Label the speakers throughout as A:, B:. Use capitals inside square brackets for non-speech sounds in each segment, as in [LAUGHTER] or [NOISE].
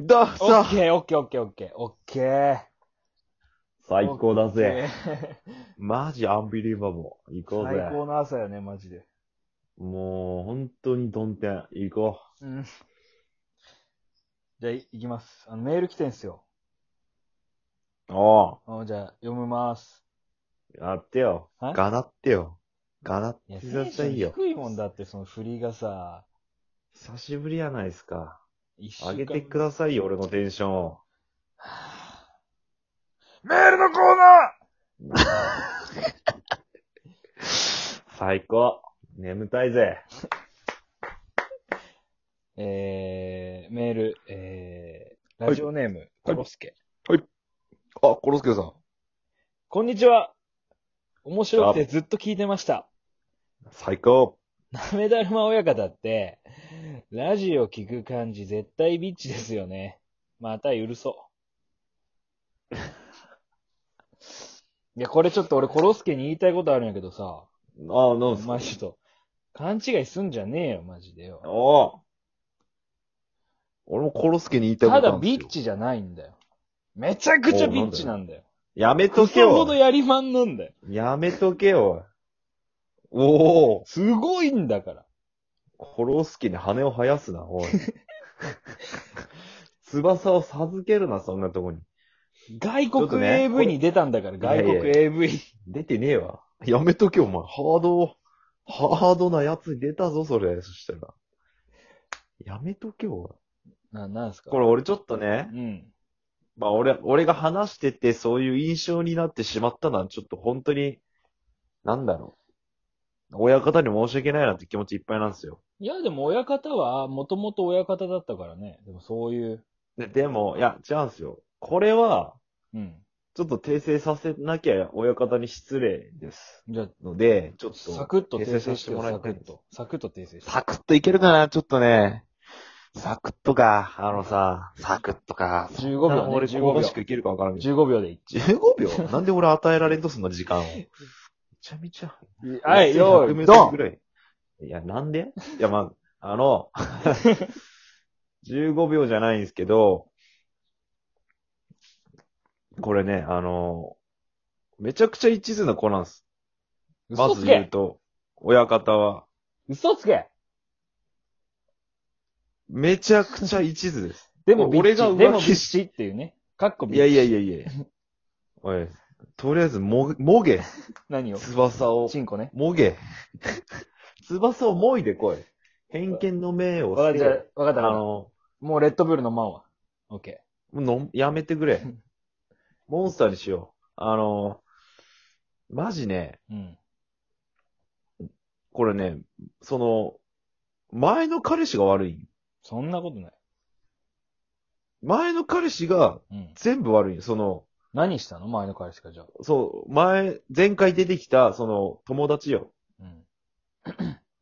A: だ
B: オ
A: さ
B: ッケー、オッケー、オッケー、オッケー、オッケー。
C: 最高だぜ。
B: オッケー。
A: マジアンビリーバボー。行こうぜ。
B: 最高の朝やね、マジで。
A: もう、本当にどんてん。行こ
B: うん。じゃあ、いいきます。あの、メール来てんすよ。
A: う。お
B: あじゃあ、読みます。
A: う。やってよ。
B: はい
A: がなってよ。がなっ
B: い
A: て
B: や、
A: くだ
B: テンシ
A: さ
B: ョン
A: いよ。
B: 低いもんだって、その振りがさ、
A: 久しぶりやないですか。
B: 一週間
A: 上げてくださいよ、俺のテンションを。
B: メールのコーナ
A: 最高。眠たいぜ。
B: ーえー、メール、えー、ラジオネーム、コロスケ。
A: あ、コロスケさん。
B: こんにちは。面白くてずっと聞いてました。
A: 最高。
B: ダメだるま親方って、ラジオ聞く感じ絶対ビッチですよね。また許そう。いや、これちょっと俺、コロスケに言いたいことあるんやけどさ、
A: あ、な
B: お
A: んすか
B: 前ちょっと、勘違いすんじゃねえよ、マジでよ。
A: おう俺もコロスケに言いたいこ
B: た
A: とあ
B: だ
A: るんですよ
B: ビッ。チじゃないんだよ。めちゃくちゃビッチなんだよ。
A: やめ
B: ク
A: とけ
B: ソほど
A: よ。
B: やりまんなんだよ。
A: やめとけよ。おお。
B: すごいんだから。
A: コロスケに羽を生やすな、おい。翼を授けるな、そんなとこに。ち
B: 外
A: ょっと
B: 国
A: ねこれ
B: AV に出たんだから、外
A: いやい
B: 国
A: や
B: AV。
A: 出てねえわ。やめとけよ、お前。ハード、ハードなやつに出たぞ、それ。そしたら。やめとけよ。
B: な、なんすか
A: これ俺ちょっとね
B: う、ん。
A: まあ俺、俺が話しててそういう印象になってしまったのはちょっと本当に、なんだろう。親方に申し訳ないなって気持ちいっぱいなんですよ。
B: いや、でも親方は、もともと親方だったからね。でもそういう。
A: ででも、いや、違うんですよ。これは、
B: うん。
A: ちょっと訂正させなきゃ親方に失礼です。
B: じゃあ、
A: ので、ちょっと。
B: サクッと訂正させてもら
A: 訂正させてもらい
B: い
A: た
B: た
A: い
B: い
A: んです
B: と。サクッと訂正して。
A: サクッといけるかなちょっとね。サクッとか。あのさ、サクッとか。
B: 15秒ね
A: 俺
B: 15
A: 香ばしくいけるかわからんけど。
B: 15秒でいい。
A: [LAUGHS] 15秒なんで俺与えられんとすんの時間を。めちゃめちゃ。
B: はい、よ
A: 100
B: ーい、
A: メート
B: ド
A: ルぐ
B: ン
A: らいいや、なんで [LAUGHS] いや、まあ、あの、15秒じゃないんですけど、これね、あの、めちゃくちゃ一途な子なんです。ま
B: 嘘
A: ず
B: つ
A: 言う
B: け
A: と、親方は、
B: 嘘つけ
A: めちゃくちゃ一途です。
B: でも、
A: 俺
B: 俺が
A: が
B: でも、
A: 浮
B: ビ
A: 気
B: ッ
A: し
B: チ [LAUGHS] っていうね。かっこビッチ。
A: いやいやいやいや。おい、とりあえず、も、もげ、
B: 何を
A: 翼を、
B: チンコね。
A: もげ。 [LAUGHS] 翼をもいでこい。偏見の命を
B: わか
A: 捨
B: ってた、わかっ
A: あ
B: た。わかっ
A: の、
B: たもうレッドブルのマンは。オッケ
A: もうの、やめてくれ。モンスターにしよう。あの、マジね、
B: ー。うん。
A: これね、その、前の彼氏が悪い。
B: そんなことない。
A: 前の彼氏が
B: うん。
A: 全部悪い。その、
B: 何したの前の彼氏がじゃあ。
A: そう、前、前回出てきた、その、友達よ。
B: うん。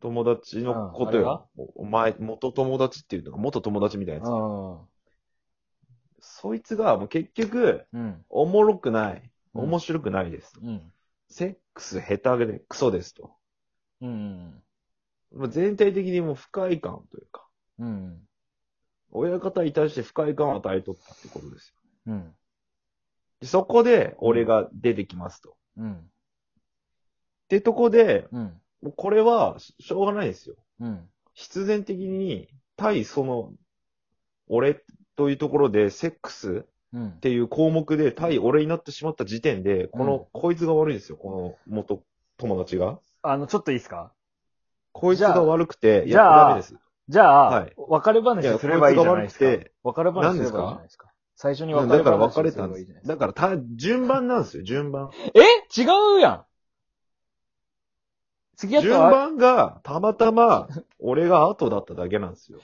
A: 友達のことよ。おお前、元友達っていうのが、元友達みたいなやつ。そいつが、もう結局、
B: うん。うん。
A: おもろくない。
B: うん
A: 面白くないです。
B: うん。
A: セックス下手でクソですと。
B: うん。
A: もう全体的にもう不快感というか。
B: うん。
A: 親方に対して不快感を与えとったってことですよ。
B: うん。
A: でそこで、俺が出てきますと。っ
B: うん。
A: てとこで、
B: うん。
A: もうこれは、ししょうがないですよ。
B: うん。
A: 必然的に、対その、俺というところで、セックス
B: うん
A: っ。ていう項目で、対俺になってしまった時点で、この、こいつが悪いんですよ。この、元友達が。
B: あの、ちょっといいですか
A: こいつが悪くて、
B: じゃあ
A: いやダメです。
B: じゃあ、
A: はい
B: 別れ話すればいいじゃないですか
A: いやこいつが悪くて。
B: 別れ話すればいいじゃないですか。最初に別
A: だ
B: れ
A: から
B: 話
A: 別
B: す
A: れ
B: れ
A: た
B: ば
A: ん
B: い
A: で
B: いじゃない
A: す。
B: ですか。
A: だから、た、順番なんですよ、順番。
B: え違うやん付き合っ
A: 順
B: たわ。
A: 番が、たまたま、俺が後だっただけなんですよ。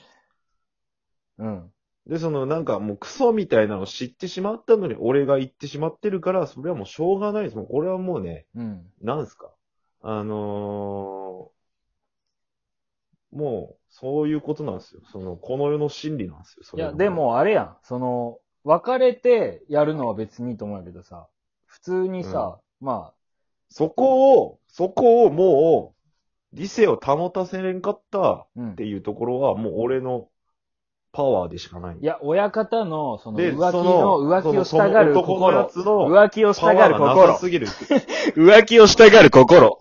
B: うん。
A: で、そのなんかもうクソみたいなの知ってしまったのに俺が言ってしまってるから、それはもうしょうがないです。もうこれはもうね、
B: うん。
A: なんすか。あのー、もう、そういうことなんですよ。その、この世の真理なんですよ。そ
B: い
A: れは
B: や、で、もあれやん。その、別れてやるのは別にいいと思うんやけどさ、普通にさ、まあ、
A: そこを、そこをもう、理性を保たせれんかったっ
B: うん
A: て。いうところは、もう俺のパワーでしかない。
B: いや、親方の、その、
A: で、
B: 浮
A: そ
B: 気の、浮気をしたがる
A: その男のや
B: 心。
A: つの、
B: 浮気をし
A: パ
B: たが
A: ワ
B: る
A: ーがなさ
B: 心。
A: すぎるっ
B: [LAUGHS]
A: て。
B: 浮気をしたがる心。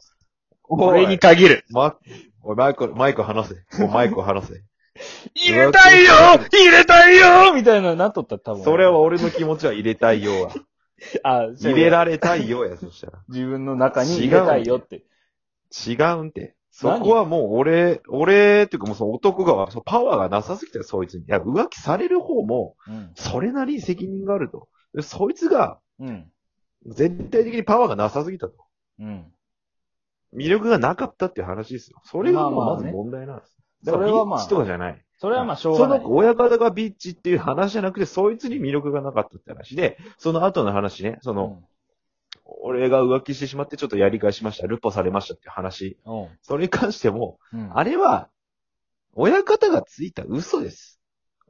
B: これに限る。
A: ま、おい、マイク、マイク離せ。おいマイク離せ。
B: 入れたいよ入れたいよみたいな、なっとった、多分。
A: [LAUGHS] それは、俺の気持ちは入れたいようや。
B: [LAUGHS] あ、そう
A: 入れられたいようや、そした
B: 自分の中に入れたいよって。
A: ら。違うん
B: [LAUGHS]
A: て。そこはもう俺、俺、っていうかもうその男が、そのパワーがなさすぎたよ、そいつに。いや、浮気される方も、
B: うん。
A: それなりに責任があると。でそいつが、
B: うん。
A: 絶対的にパワーがなさすぎたと。
B: うん。
A: 魅力がなかったっていう話ですよ。それがもう
B: まあまあ
A: まず
B: ね
A: 問題なんです。だ
B: そ
A: から
B: れ
A: ビ
B: はま
A: ッ
B: あ
A: チ、とかじゃない。
B: それはまあ、しょうがない
A: そ。の親方がビッチっていう話じゃなくて、そいつに魅力がなかったって話で、その後の話ね、その、俺が浮気してしまってちょっとやり返しました、ルポされましたっていう話。
B: うん。うん
A: それに関しても、
B: うん。
A: あれは、親方がついた嘘です。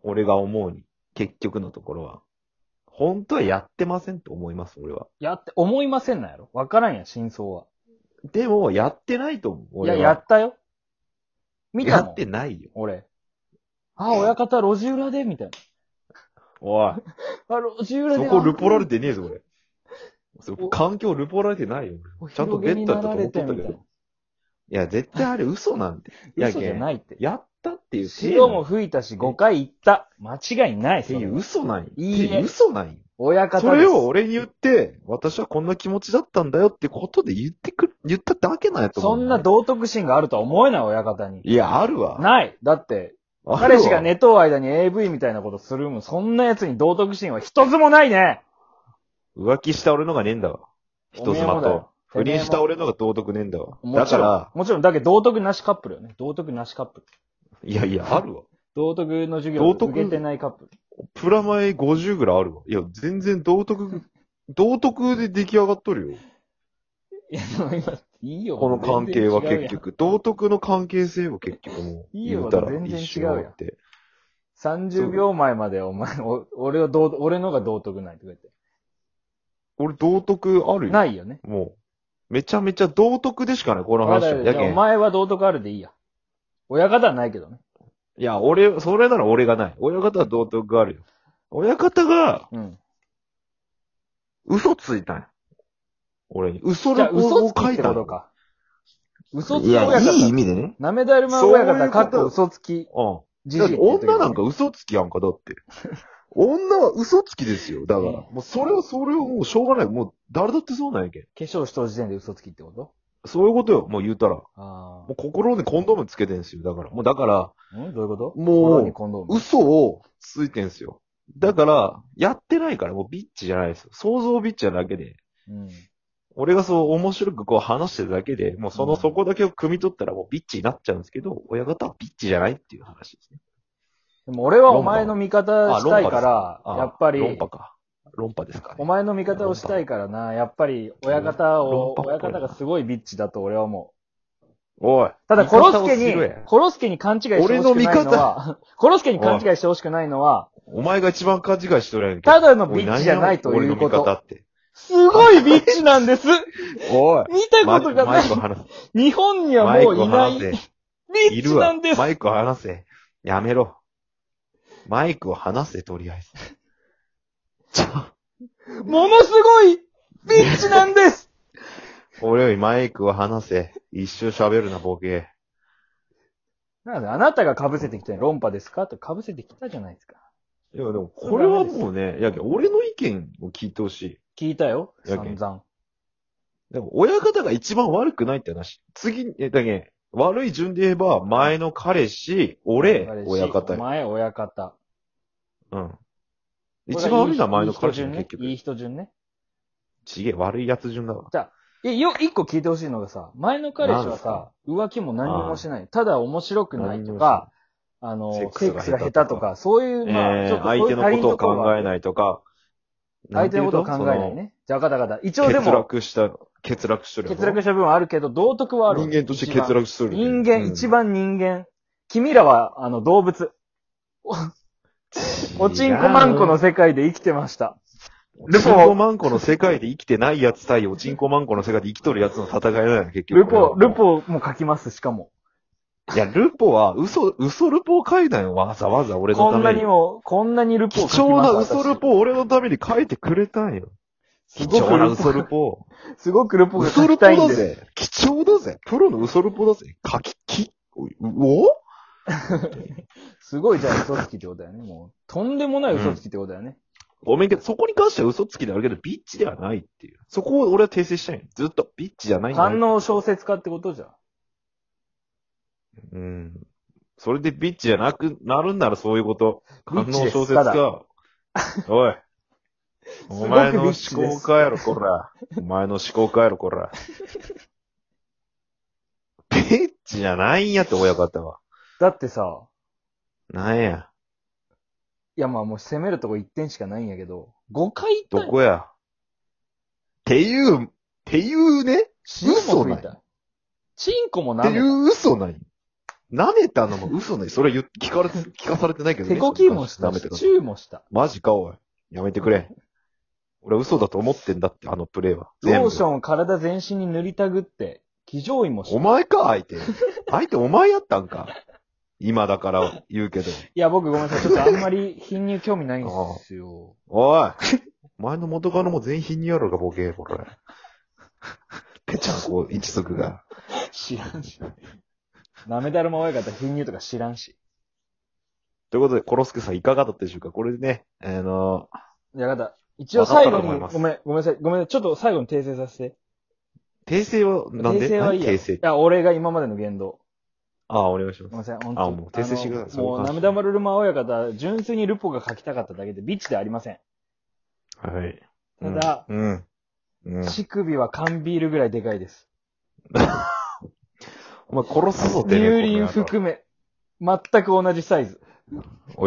A: 俺が思うに。結局のところは。本当はやってませんと思います、俺は。
B: やって、思いませんなんやろわからんや、真相は。
A: でも、やってないと思う。
B: い
A: 俺
B: や、
A: は
B: やったよ。見た
A: や
B: もん。
A: ってないよ。
B: 俺。あ、親方、路地裏で、みたい
A: おい。
B: な。あ、路地裏
A: そ
B: で。
A: こルポられ
B: て、
A: てねえぞ、俺。そこ環境ルポられてないよ。
B: お
A: ちゃんとベッドだと思っとった
B: 広
A: け
B: げになられてみ
A: ど。いや、絶対あれ嘘なんて。
B: たい [LAUGHS] な嘘じゃないって。
A: やったっていうせいな
B: 潮
A: ん
B: も
A: っ
B: 吹いたし、5回行った。間違いない、
A: て
B: そ
A: い
B: れ
A: う
B: は。
A: 嘘なんよ。
B: いいえ
A: ってう嘘なんよ。
B: 親方
A: そ
B: です
A: れを俺に言って、私はこんな気持ちだったんだよってことで言ってくる、言っただけなんやと思。
B: そうんな道徳心があるとは思えない、親方に。
A: いや、あるわ。
B: ない。だって、
A: あるわ
B: 彼氏が。寝とう間に AV みたいなことするもん、そんな奴に道徳心は一つもないね
A: 浮気した俺のがねえんだわ。人
B: おめえ
A: 妻
B: もだ
A: と
B: よ。
A: 不倫した俺のが道徳ねえんだわ。
B: も
A: だ
B: ち
A: か
B: ろん
A: ら、
B: もちろん、だけど道徳なしカップルよね。道徳なしカップル。
A: いやいや、あるわ。
B: 道徳の授業を
A: 道徳
B: 受けてないカップル。
A: プラマイ50ぐらいあるわ。いや、全然道徳、道徳で出来上がっとるよ。
B: いや、でも今、いいよ。
A: この関係は
B: 全然違う
A: 結
B: やん。
A: 局。道徳の関係性は結局もう。
B: いいよ
A: 言うたら
B: 全然違うやん
A: 一緒だって。
B: 30秒前までお前、お俺は道、俺のが道徳ないとか言って。
A: 俺道徳あるよ。
B: ないよね。
A: もう。めちゃめちゃ道徳でしかない、この
B: ま
A: 話
B: だ
A: は。やけ
B: お
A: ん。
B: 前は道徳あるでいいや。親方はないけどね。
A: いや、俺、それなら俺がない。親方は道徳があるよ。親方が
B: うん。
A: 嘘ついたんや。俺に。嘘
B: じゃ
A: の
B: あ嘘
A: を
B: つき
A: 書
B: っ
A: い
B: て
A: た
B: こ
A: んや
B: とか。嘘つ
A: い
B: き親
A: や、いい意
B: 方。
A: 味でね。
B: なめだるま親方か
A: そうい
B: っこ
A: うこ
B: 嘘つき、
A: うん。
B: じ
A: だ
B: じ
A: っ
B: いってて言って
A: 女
B: るよね。
A: なんか嘘つきやんか、だって。女は嘘つきですよ。だから、
B: うん
A: もうそれはそれをもうしょうがない。もう誰だってそうなんやけん。
B: 化粧しとる時点で嘘つきってこと
A: そういうことよ、もう言うたら。も
B: あ
A: う心にコンドームつけてんすよ。だから、もうだから、
B: あ。んどういうこと心に
A: も
B: 今度
A: う、嘘をついてんすよ。だから、やってないから、もうビッチじゃないですよ。想像ビッチなだけで。
B: うん。
A: 俺がそう面白くこう話してるだけで、もうその、
B: うん
A: そこだけを汲み取ったらもうビッチになっちゃうんですけど、親方はビッチじゃないっていう話ですね。
B: でも俺はお前の味方したいか
A: あ
B: ら、やっぱり、
A: 論破か。論破ですかね。
B: お前の味方をしたいからな、やっぱり親方を、
A: 論破
B: 親方がすごいビッチだと俺は思
A: おい。
B: う。ただ、コロスケ
A: 味方をし
B: に
A: ろや、
B: コロスケに勘違いしてほしくないのは、コロスケに勘違いしてほしくないのは、
A: お前が一番勘違いしとるやんけ。
B: ただのビッチじゃないというこ
A: 俺の味方
B: と。
A: って。
B: すごいビッチなんです [LAUGHS]
A: おい。
B: 見た
A: マ
B: ことがな
A: イ
B: い
A: ク離せ。
B: 日本には
A: マイ
B: も
A: ク
B: ういな
A: 離
B: い
A: せ。
B: ビ
A: い
B: ッチ
A: る
B: な
A: わ
B: んで。す
A: マイク離せ。やめろ。マイクを離せ、とりあえず。ちょ、
B: ものすごいビッチなんです
A: 俺よりマイクを離せ。一生喋るな、ボケ。
B: なんで、あなたが被せてきた論破ですかと被せてきたじゃないですか。
A: いや、でも、
B: これは
A: もうね、いや、俺の意見を聞いてほしい。
B: 聞いたよ、
A: やけん
B: 散々。
A: でも、親方が一番悪くないって話。次、え、だけん悪い順で言えば、前の彼氏、俺、親方
B: お
A: よ。
B: 前、親方。
A: うん。一番悪いのは前の彼氏
B: いい
A: の
B: 人順
A: 結
B: ね。
A: 局。
B: いい人順ね。
A: ちげえ、悪いやつ順だわ。
B: え、よ、一個聞いてほしいのがさ、前の彼氏
A: なん
B: は
A: すか
B: さ、浮気も何にもしない。ただ面白くないとか、あの、セ
A: セ
B: ッ
A: ッ
B: クス
A: ク
B: が
A: ス
B: 下
A: が
B: 手
A: 下手とか
B: とか、そういう、まあ、
A: え
B: ちょっ
A: ー、
B: と
A: 相手のことを考え
B: い。
A: ないとか。
B: 相手のことを考
A: なんて
B: え
A: う
B: ないね。じゃあ、ガタガタ。一
A: その
B: 応で
A: 欠
B: も、
A: 落した、欠落してる。
B: 欠落した部分はあるけど、道徳はある。
A: 人間として欠落する。
B: 人間、
A: うん
B: 一。番人間。君らは、あの、動物。おちんこまんこの世界で生きてました。
A: ルポ。おちんこまんこの世界で生きてないやつ対おちんこまんこの世界で生きとるやつの戦いだよ、結局。
B: ルポ、ルポも書きます、しかも。
A: いや、ルポは、嘘、嘘ルポを書いたよ、わざわざ俺の
B: こ
A: た
B: んな
A: め
B: に
A: に。
B: も、こんなにルポを書き
A: 貴重な
B: ます
A: 嘘ル。ポを俺のために書いてくれたんよ。
B: 私
A: 貴
B: す
A: 重
B: ごく
A: な
B: ルポ
A: 嘘、ルポを。
B: すごくルポが
A: 嘘
B: 書
A: ル
B: き
A: ポ
B: たいん
A: だ
B: です。
A: ぜ。貴重だぜ。プロの嘘ルポだぜ。書き、き、おお
B: すごいじゃあ嘘つきってことだよね。もう、とんでもない嘘つきってことだよね。
A: ごめんけど、そこに関しては嘘つきであるけど、ビッチではないっていう。そこを俺は訂正したいよ。ずっと、ビッチじゃないんだよ
B: 反応小説家ってことじゃん。
A: うん。それでビッチじゃなくなるんならそういうこと。
B: ビ
A: 反
B: ッチ
A: 応
B: です
A: 小説か。
B: [LAUGHS]
A: おい。
B: ごく
A: お前の
B: ビ
A: 思
B: ッチです
A: 考かやろ、こら。お前の思考かやろ、こ
B: [LAUGHS]
A: ら。ビッチじゃないんやって、親方は。
B: だってさ、
A: なんや。
B: いやまあもう攻めるとこ1点しかないんやけど、5回行った
A: ど
B: んよ
A: こや。っていう、っていうね。
B: チンコ
A: 嘘
B: も
A: な
B: 吹
A: ん
B: い
A: や。
B: た。チンコも
A: って
B: 舐
A: い
B: め
A: う嘘ない。舐めたのも嘘ない。それ言っ聞かれて、聞かされてないけ
B: た。
A: どね。
B: 手こきもした
A: 舐め、
B: して
A: た
B: チューもした。
A: マジか、おい。やめてくれ。俺は嘘だと思ってんだって、あのプレーは。全
B: ロ
A: 部
B: ーションを体全身に塗りたぐって、騎乗位もし
A: お
B: た。い
A: 前か、相手。相手お前やったんか。今だから言うけど。
B: や、僕ごめんなさい。ちょっとあんまり貧乳興味ないんですよ。
A: おい。お前の元カノも全品にやろうが、ボケ、こ
B: [LAUGHS]
A: れ。ぺちゃんこ、一族が。
B: 知らんし。なめだるま親方貧乳とか知らんし。
A: ということで、コロスケさんいかがだったでしょうかこれでね、あの
B: いや、やだ。一応最後
A: わかったと思
B: に、
A: います
B: ごめん、ごめんなさい。ごめんなさい。ちょっと最後に訂正させて。
A: 訂正は、なんで
B: 訂正はいいや。
A: 何訂
B: い
A: 正。
B: や、俺が今までの言動。
A: ああ、お願いします
B: ごめん。なさい。本
A: あもう訂正してください
B: あのもう、
A: それは
B: 涙まるるま親方、純粋にルポが書きたかっただけで、ビッチではありません。
A: はい。
B: ただ、
A: うん。うん。
B: 乳首は缶ビールぐらいでかいです。
A: お前殺すぞ、てめえ
B: 乳輪含め、全く同じサイズ。
A: おい